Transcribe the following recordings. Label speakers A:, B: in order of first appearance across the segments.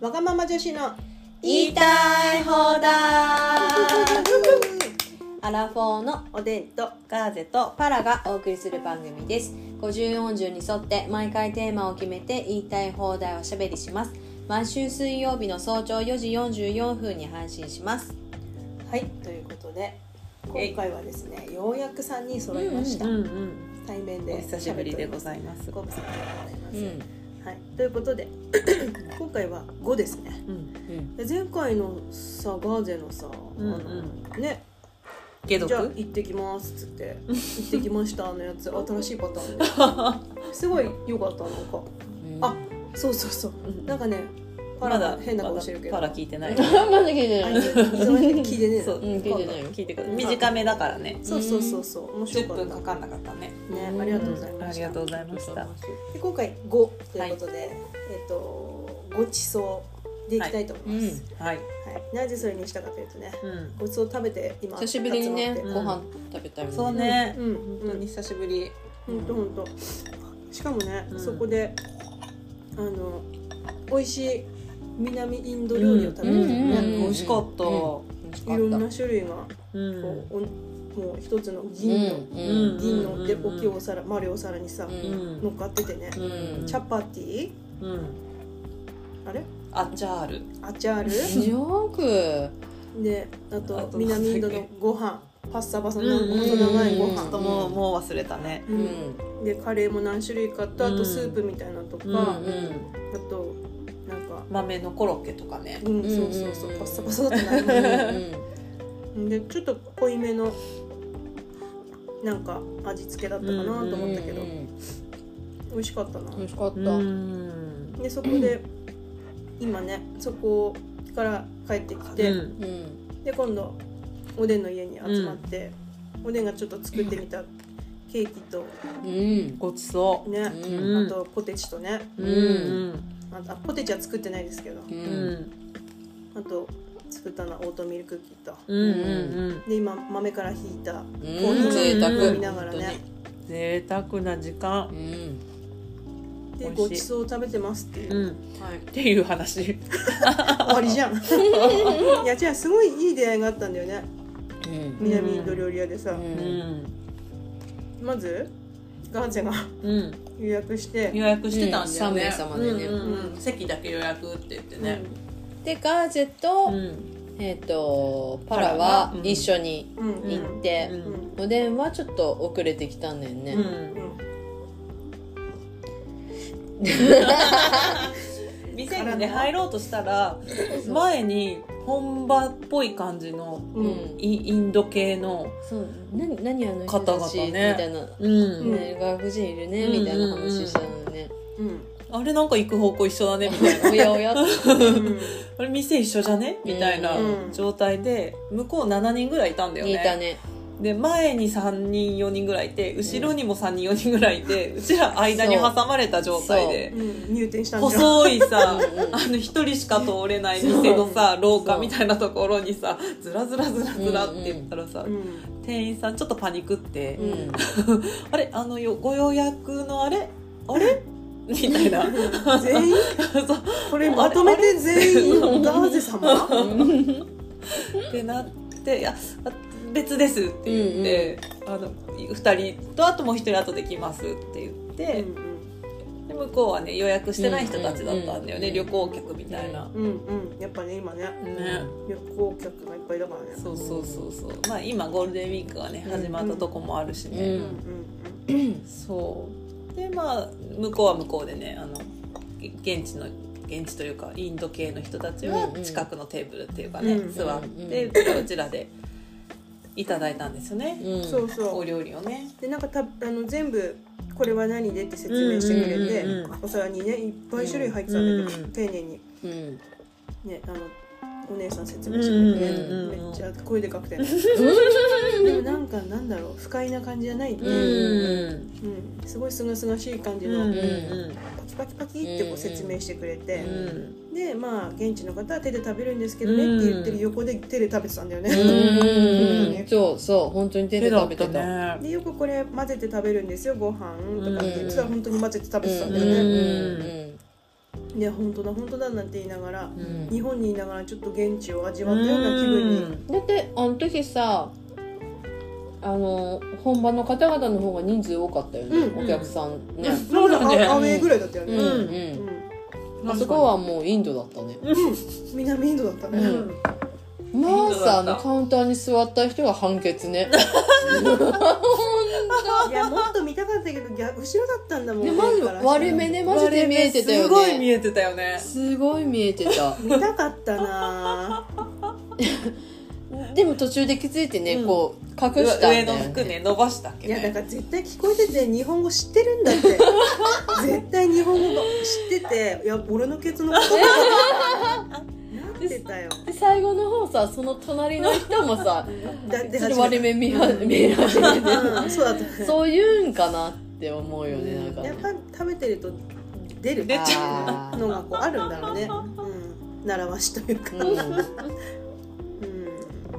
A: わがまま女子の
B: 言いたい放題アラフォーの
A: おでんと
B: ガーゼとパラがお送りする番組です54順に沿って毎回テーマを決めて言いたい放題をおしゃべりします毎週水曜日の早朝4時44分に配信します
A: はいということで今回はですねようやく3人揃いました、
B: うんうん
A: 対面
C: お
A: で
C: 久しぶりでございます
A: 喋っておりますご無沙汰でございます、
B: うんうん
A: はい、ということで 今回は5ですね
B: うん
A: で前回のさガーゼのさ、
C: うんう
A: あのね
C: 解
A: じゃあ
C: 読
A: 行ってきますっつって「行ってきました」あのやつ 新しいパターンですごい良かったなんか
B: うん
A: あそうそうそうなんかねパ
C: ま
A: ラが
C: だ
A: 変な顔してるけど
C: まだパラ聞いてない
B: まだ聞いて
A: あ
B: ない
A: いつ聞いてねえ
C: そ
A: な
C: う
B: うん聞いてないよ
C: 聞いてください短めだからね
A: そうそうそうそう面白
C: 10
A: かった
C: 分かかんなかったね
A: ね
B: うん
A: ありがとうございま
C: あ
A: し
C: り
A: た
C: がとうございました
A: で今回5ということで、えっとごちそうでいきたいと思います、
C: はい
A: はいなぜそれにしたかというとね
C: うん
A: ごちそう食べて今
B: 久しぶりにね
A: 集まって
B: ご飯食べたいもん
C: そうね
A: うん
C: 本
A: う
C: 当
A: ん
C: に久しぶり
A: ほんとほんとしかもね、
C: うん
A: そこであの美味しい南インド料理を食べてたの
B: うん
A: ね、
B: うんうん
C: 美味しかった
A: いろんな種類がこ
C: う
A: うんおもう一つの銀の、
B: うん
A: 銀ので大きいお
C: さ
A: 皿丸いお皿にさ、
B: う
C: うん
A: 乗っかっててね、
B: うん
A: チャパティ
C: うん
A: あれ
C: アチャール
A: アチャール
B: すごく
A: であ
C: あ
A: と
C: と
A: 南インドのご飯パッサパサの細長いご
B: うんうんうん
A: 飯
C: ともうもう忘れたね
B: うん
A: でカレーも何種類かとあ
C: う
A: と
C: ん
A: スープみたいなのとか、
C: うんうん
A: あとなんか
C: 豆のコロッケとかね
A: うん、
B: うん
A: そうそうそう、
B: うん
A: パッサパサだったな。で、ちょっと濃いめの。なんか味付けだったかなと思ったけど、美味しかったな。
B: 美味しかった
C: ん
A: で、そこで。今ね、そこから帰ってきて、
C: で
B: うん
A: で、今度。おでんの家に集まって。おでんがちょっと作ってみた。ケーキと。
B: うん
C: ごちそう
A: ね。
B: うん
A: あとポテチとね
C: う
B: うんん
A: ああポテチは作ってないですけど
B: う
C: うんん
A: あと作ったのはオートミールクッキーと
C: うんうん
A: で今豆からひいた
B: コ
A: コーヒ
C: 贅沢
A: ーを飲みながらね
C: 贅沢な時間
B: うん
A: で
C: 美味しい
A: ごちそうを食べてますっていう、
C: うん
B: はい
C: っていう話
A: 終わりじゃんいやじゃあすごいいい出会いがあったんだよね
B: うん
A: 南インド料理屋でさ、
B: う
C: うんん
A: まずガーゼが
C: うん
A: 予約して、
C: 予約してたんだよね
B: うん三名様でね
C: うんうんうん席だけ予約って言ってね
B: でガーゼと
C: ん
B: えっとパラは一緒に
A: うんうん
B: 行って
A: うんうん
B: おでんはちょっと遅れてきたんだよね
C: 店にね入ろうとしたら前に本場っぽい感じの
A: うん
C: イインド系の
B: そう何何あの人
C: 方
B: た
C: 々
B: ちみ
C: ね
B: たいな
C: うん
B: ね外国人いるね
C: うん
B: みたいな話したのね
A: うん
C: あれなんか行く方向一緒だねみたいな
B: おやおやって
C: あれ店一緒じゃねみたいな
A: うん
C: 状態で向こう7人ぐらいいたんだよね
B: いたね
C: で前に3人4人ぐらいいて後ろにも3人4人ぐらいいてうちら間に挟まれた状態で
A: うん入店したんじゃん
C: 細いさ
B: うんうん
C: あの一人しか通れない店のさ廊下みたいなところにさずらずらずらずらって言ったらさ、
A: うん
C: 店員さんちょっとパニックって、
B: うん
A: うん
C: あれあのよご予約のあれあれみたいな
A: 全員
C: そう
A: これまとめて全員ガーゼ様
C: ってなって「いやあ別です」って言って、あの2人とあともう1人後で来ますって言って、で向こうはね予約してない人たちだったんだよね、
B: うん
C: 旅行客みたいな。
A: うんうん、うん、やっぱね今ね
C: ね
A: 旅行客がいっぱいだからね
C: そうそうそうそうまあ今ゴールデンウィークがね
B: うん
C: 始まったとこもあるし
B: う
C: ね、
A: うんうん
C: そうでまあ向こうは向こうでねあの現地の現地というかインド系の人たちは
B: うんうん
C: 近くのテーブルっていうかね、
A: うんうん
C: 座って、うちらうちらでいただいたんですよね、
B: うん
A: うんそうそ
C: お
A: う
C: 料理をね
A: でなんかたあの全部これは何でって説明してくれて、
C: うんうんうん
A: お皿にねいっぱい種類入ってたんだけど、
C: うん
A: 丁寧に
B: うん
A: ねあのお姉さん説明してくれて、
B: うん
C: うんうん
A: めっちゃ声でかくて、でもなんかなんだろう不快な感じじゃない、うん
B: ん
A: すごいすがすがしい感じ
C: うん
A: の、
C: うん
A: パキパキパキってこう説明してくれて
C: う、ん
A: でまあ現地の方は手で食べるんですけどねって言ってる横で手で食べてたんだよね、
B: うんそうそう本当に手で食べてた
C: ね
A: でよくこれ混ぜて食べるんですよご飯とかって言ってたら本当に混ぜて食べてたんだよ
B: うん
A: ね、
B: うん
A: いや本当だ本当だなんて言いながら、
B: うん
A: 日本にいながらちょっと現地を味わったような気分に
B: だってあの時さあの本場の方々の方が人数多かったよね、
A: うん
B: お客さんね、
C: そうだね
A: あアウェーぐらいだったよ
B: う
A: ね、
B: ん
A: うん
B: うんあそこはもうインドだったね
A: 南インドだったね、
B: うんまあさあのカウンターに座った人が判決ね
A: いやもっと見たかったけど逆後ろだったんだもん
B: でまず
A: 上から
B: 割れ目ねマジで見えてたよ
C: すごい見
B: ね
C: えてたよね
B: すごい見えてた
A: 見たかったなぁ
B: でも途中で気づいてね、
C: うん
B: こう隠したんだ
C: 上
B: よ
C: の服ね伸ばしたっけ
A: いやだ
C: ね
A: から絶対聞こえてて日本語知ってるんだって 絶対日本語が知ってていや俺のケツのことだなってたよ
B: で最後の方さその隣の人もさ
A: だって
B: それ
A: 初
B: 割
A: めて
B: れ目見は見え始めて
A: うんそうだったね
B: そういうんかなって思うよねなんか
A: やっ
B: ね
A: ぱり食べてると出る
C: 出ち
B: ゃう
A: のがこうあるんだろうね、うん、習わしというか、うん
B: う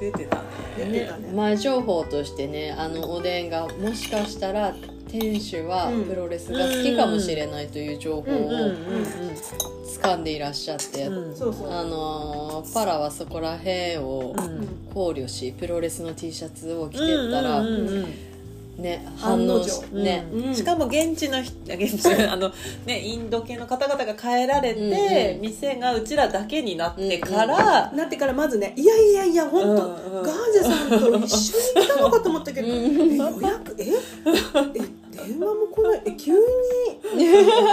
C: 出てたね
A: 出
B: ん
A: てたね
B: 前情報としてねあのおでんがもしかしたら店主は
A: うん
B: プロレスが好きかもしれないという情報
C: うんうん
B: を掴んでいらっしゃって、
C: うんうん
A: そうそう
B: あのーパラはそこら辺を
C: うん
B: 考慮しプロレスの T シャツを着てったら、
C: うんうんうん
B: ね反応し
A: 案
B: ね、
C: うん
A: うん
C: しかも現地の人 現地あの、ね、インド系の方々が帰られて、
B: うんうん
C: 店がうちらだけになってから、
A: なってからまずねいやいやいや本当、
C: うんうん
A: ガーゼさんと一緒に来たのかと思ったけど、
B: うん
A: え予約ええ電話も来ないえ急に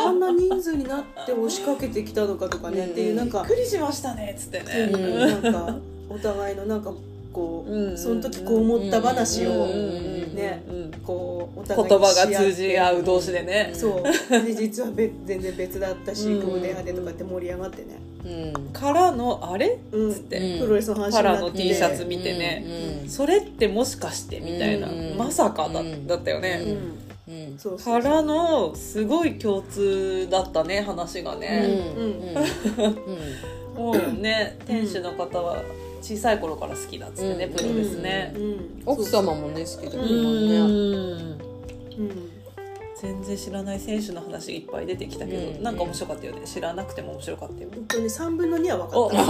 A: あんな人数になって押しかけてきたのかとかね、
B: うん
A: っていうなんか
C: びっくりしましたねっつってね、
B: うん
A: なんかお互いのなんかこう、
C: うん
A: その時こう思った話を、
B: うん
A: ね
C: うん
A: こうお
C: 言
A: 互いにし合
C: 葉が
A: って
C: 通じ合う同士でね、
A: そうで実は別全然別だったし
C: うん
A: クボデン派でとかって盛り上がってね、
B: うん
C: からのあれ
A: うん
C: つって、
B: うん
A: プロレスの話に
C: パ
A: なっ
C: ラ
A: て
C: の T シャツ見てね、それってもしかしてみたいな、
B: うん
C: まさかだ,、
B: うん
C: だったよね、
A: うん
B: うんうん
A: そうそうそう
C: からのすごい共通だったね話が
B: うん
C: ね、
B: うんうん
C: もうね店主の方は小さい頃から好きだっつってね、
B: うん
C: プロですね
A: う、んうん
B: 奥様もね好きだ
A: う
B: も
A: ん
B: んね
A: うん
C: 全然知らない選手の話いっぱい出てきたけど、
B: うん
C: なんか面白かったよね知らなくても面白かったよ
A: 本当に3分の2は分
C: お
A: かっ
C: ら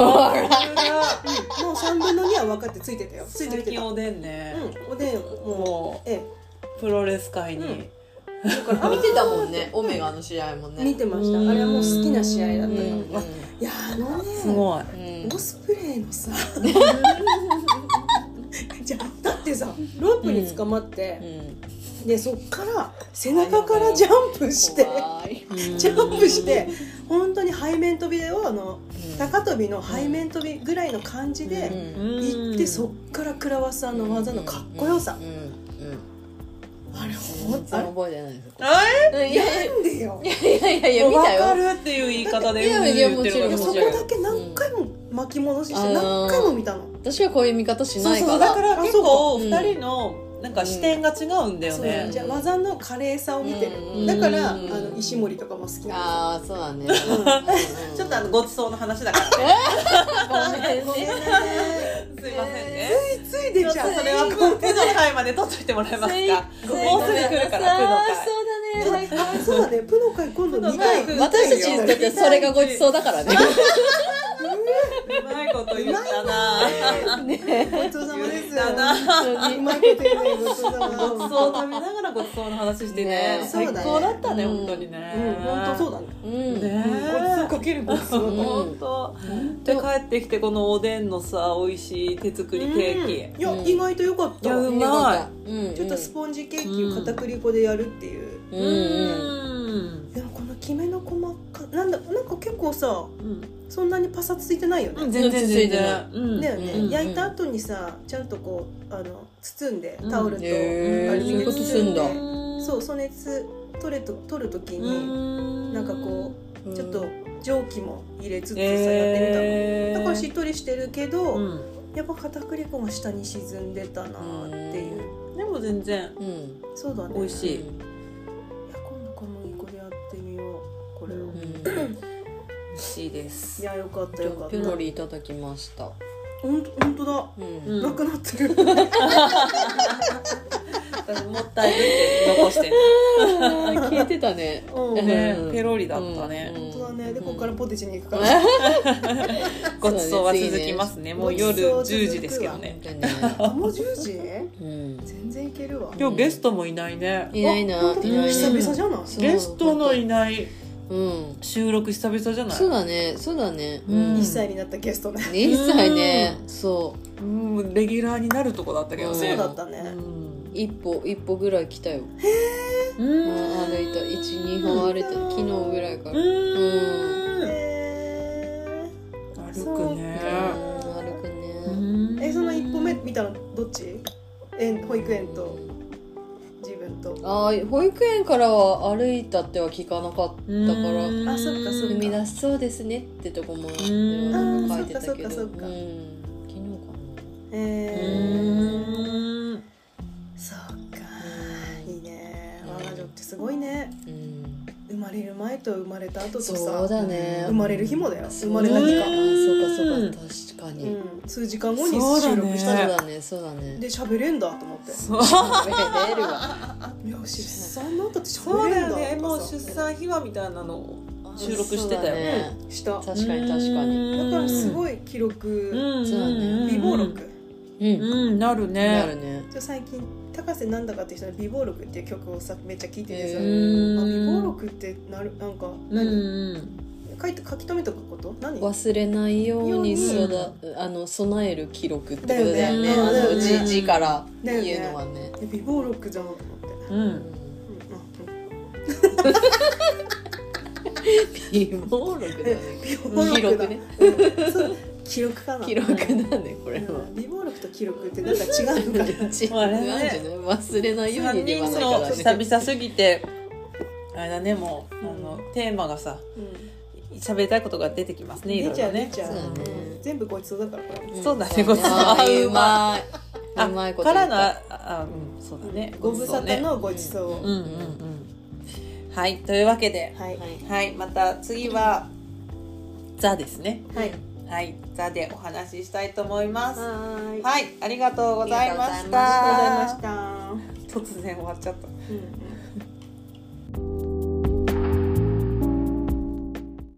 A: たもう3分の2は分かってついてたよついて
C: 最
A: きて
C: 近
A: た、うん、
C: おでんね、
A: おでんも
C: も
A: うえ
C: うプロレス界に、
A: うん
B: 見てたもんねオメガの試合も
A: え
B: ね
A: 見てまし
C: うん
A: たあれはもう好きな試合だ
B: う
A: っ
B: ん
A: た
B: う
A: よ、
B: ん
A: いやあのね
C: すごい、
B: うん
A: オスプレイの さじゃあだってさロープに捕まって、でそっから背中からジャンプして
B: 怖い
A: ジャンプして本当に背面跳びだよあの高跳びの背面跳びぐらいの感じ
B: う
A: で
B: ん
A: 行ってそっから倉和さんの技のかっこよさ
B: うんうん
A: あれほ
B: 全
A: んとあ
B: 然
A: れ
B: 覚えてないです
C: あ
B: うんいやい
A: なんでよ
B: やいやい
C: え
B: や
C: 分
B: 見た
C: か
B: よ
C: るっていう言い方で
B: いやいやもちろん
C: うん
A: そ
C: 言
A: こ
C: ってる
A: だけ何回も巻き戻しして
B: うん
A: 何回も見たの
B: 私はこういう見方し
C: そう
B: ない
C: そ
B: か
C: うだ
B: ら
C: から
A: あ
C: 結
B: う
C: 構
B: か
C: 二人のなんか視点が違うんだよ
A: そう
C: ね
A: じゃあ技の華麗さを見て
B: う
A: る
B: ん
A: だからあ
B: うん
A: の石森とかも好きなの
B: ああそうだね
C: ちょっとあのごちそうの話だから
B: ごめんね
A: ごめんなさい
C: すいませんね、
A: ついで
C: じ
A: ち
C: ゃ
A: ゃ
C: あ
A: う
C: それはこの手の回まで取っといてもらえますか
A: ごめん
C: もうすぐ来るから手
B: そう
C: の回
B: だね
A: あそうだねプノ会今度2回
C: プノ会
B: 私たちにとってはそれがごちそうだからね。
C: うまいこと言ったな
B: ね
A: ごちそうさまです
C: だな
A: うまいこと言うねごちそうさま
C: ごちそう食べながらごちそうの話してね
B: ね
C: 最高だっ
B: そ
C: たね
B: うだね
C: 本当にね
A: うん本当そうだね
B: うん。
C: ね
A: ごちそうかけるごちそう
B: うん
C: 本当で帰ってきてこのおでんのさ美味しい手作りケーキ
A: いや、
B: うん
A: 意外と良かった
C: いやう
A: ち
C: まい
B: うん。
A: ょっとスポンジケーキを片栗粉でやるっていう、
B: う
C: うん
B: うん。
C: ん
A: でもこのきめの細かなんだなんか結構さ
C: うん
A: そんなにパサついてないよ
C: う
A: ね、
C: ん全然
B: つい
C: 全
B: てない
C: 然うん
A: だよね、
B: うん
A: 焼いた後にさちゃんとこうあの包んでタオルと、
B: うんへー
A: あれで
B: そういうことすんだ
A: そう粗熱取れと取る時に、
C: ん
A: なんかこうちょっと蒸気も入れつつさやってみたの、
C: え
A: だからしっとりしてるけど、
C: うん
A: やっぱ片栗粉が下に沈んでたなっていう、
C: でも全然
B: うん。
A: そうだね
C: 美味しい
A: いや今度小麦粉でやってみようこれを、
C: うん
B: うん。
C: 美味しいです
A: いやよかったよかった
B: ピロリいただきました。
A: ほんとほんとだ
B: う。
C: うんん
A: なくなってる
C: 私もったいぶって残してる、
B: 消えてたね。
A: うん
C: ね
B: うん
C: ペロリだったね
B: うん
A: 本当だねでここからポテチに行く
B: う
A: か
B: ん
A: らね
C: ごちそうは続きますねもう夜
A: ごちそう続くわ
C: 10時ですけどね
B: 本当に
A: もう10時
B: ね。
A: 全然いけるわ
C: 今日ゲストもいないね
B: いないな。
A: あ本当
B: い
A: だ
B: ない
A: 久
B: な
A: 々じゃない
B: そう
C: ゲストのいない
B: うん。
C: 収録久々じゃない
B: そうだね。そうだね。う
C: うん
B: ん。
A: 1
B: ね
A: 歳になったゲストね
B: 一歳ね。そう。
C: うんレギュラーになるとこだったけどね
A: そうだった
C: う
A: ね
C: ん
B: 一歩一歩ぐらい来たよ。うん
C: うん
B: 歩いた。一二歩歩いた。昨日ぐらいか
C: う
B: ら。うん。
C: ん
A: へ
C: 歩くね
B: 歩くね。
A: ーえその1歩目見たのどっち園保育園と自分と
B: あー保育園からは歩いたっては聞かなかったから。
C: うん
A: あそっかそっ
B: 踏
A: か
B: み出しそうですねってとこも
C: ーん
B: なんか書いてた
A: あ
B: け
A: ー
B: ど
A: そっかそっかそっ
B: うん
A: か
B: 昨日
C: う
A: え
C: ん
A: そっかいいね我が女ってすごいね
B: かなうん
A: 生まれる前と生まれた後と
B: そう
A: さ
B: だね
A: 生まれる日もだよ
B: そ
A: 生
B: う
A: まれた日
B: あ
A: か
B: ーそうかそうか確かに
A: うん数時間後に
C: そうだ
A: 収
C: ね
A: 録し
B: そう
A: たじゃん
B: だねそうだね
A: で喋れんだと思って
C: そう
B: 喋れるわ
A: いや出産の後って
C: そ
A: 喋
C: うだ
A: れん
C: よ
A: だ
C: ねも
A: とか
C: う出
A: さ
C: 産秘話みたいなのを収録してたよね
B: ね
A: うんしただ
B: 確かに確かに
A: か
C: だ
A: らす
C: い
A: ごい記録
B: そうだね
A: 備忘録
B: うん
C: うんなるね
B: なるね
A: ちょ最近高瀬なんだかって人の「備忘録」っていう曲をさめっちゃ聴いててさ
B: う
A: あ
C: ん
A: 備忘録ってなるなんか
C: う
A: 何
C: んうん
A: 書いて書き留めとくこと何
B: 忘れないように
A: よ
B: そうう
C: に
B: だあの備える記録ってことだよね
C: だよね
B: あ
C: う
B: の
C: ん
B: じ字から
A: だよね
B: 言うのはね
A: え備忘録じゃんと思って
C: う
B: うんん
A: うんうん
B: 備忘録だよね
A: 備忘録だ
B: 記録ね
A: うんそう記録かな
B: 記録だねこ
A: う
B: れ
A: ん
B: は
A: 備忘録と記録ってなんか違うのかな
B: 違
C: あ
B: う
C: れね
B: なんじゃない忘れないよう
C: 3
B: に言わ
C: 人
B: ない
C: の
B: か
C: 久
B: らね
C: 々すぎてあれだねもう、
A: うん
C: あのテーマがさ
A: うん
C: 喋りたいことが出てきますねいろ
A: 出
C: い
A: ちゃ
C: ろ
A: う出
C: ね
A: ちゃう
B: そうだね
A: うん全部ごちそうだからこれ
C: そうだねごちそう
B: あーうまい
C: あ
B: うまいこと言
C: か
B: った
C: らのああうんそうだね
A: ご無沙汰のご
B: ご
A: ち
B: ち
A: そ
B: そうう
A: を
B: ね
C: うんうんうんはいというわけで
A: はい
B: はい
C: はいまた次はザですね
A: はい
C: はいザでお話ししたいと思いますは
A: はい
C: い、ありがとうございま
B: あ
C: し
B: り
A: ありがとうござい
C: た
A: ました
C: 突然終わっちゃった
A: うんうん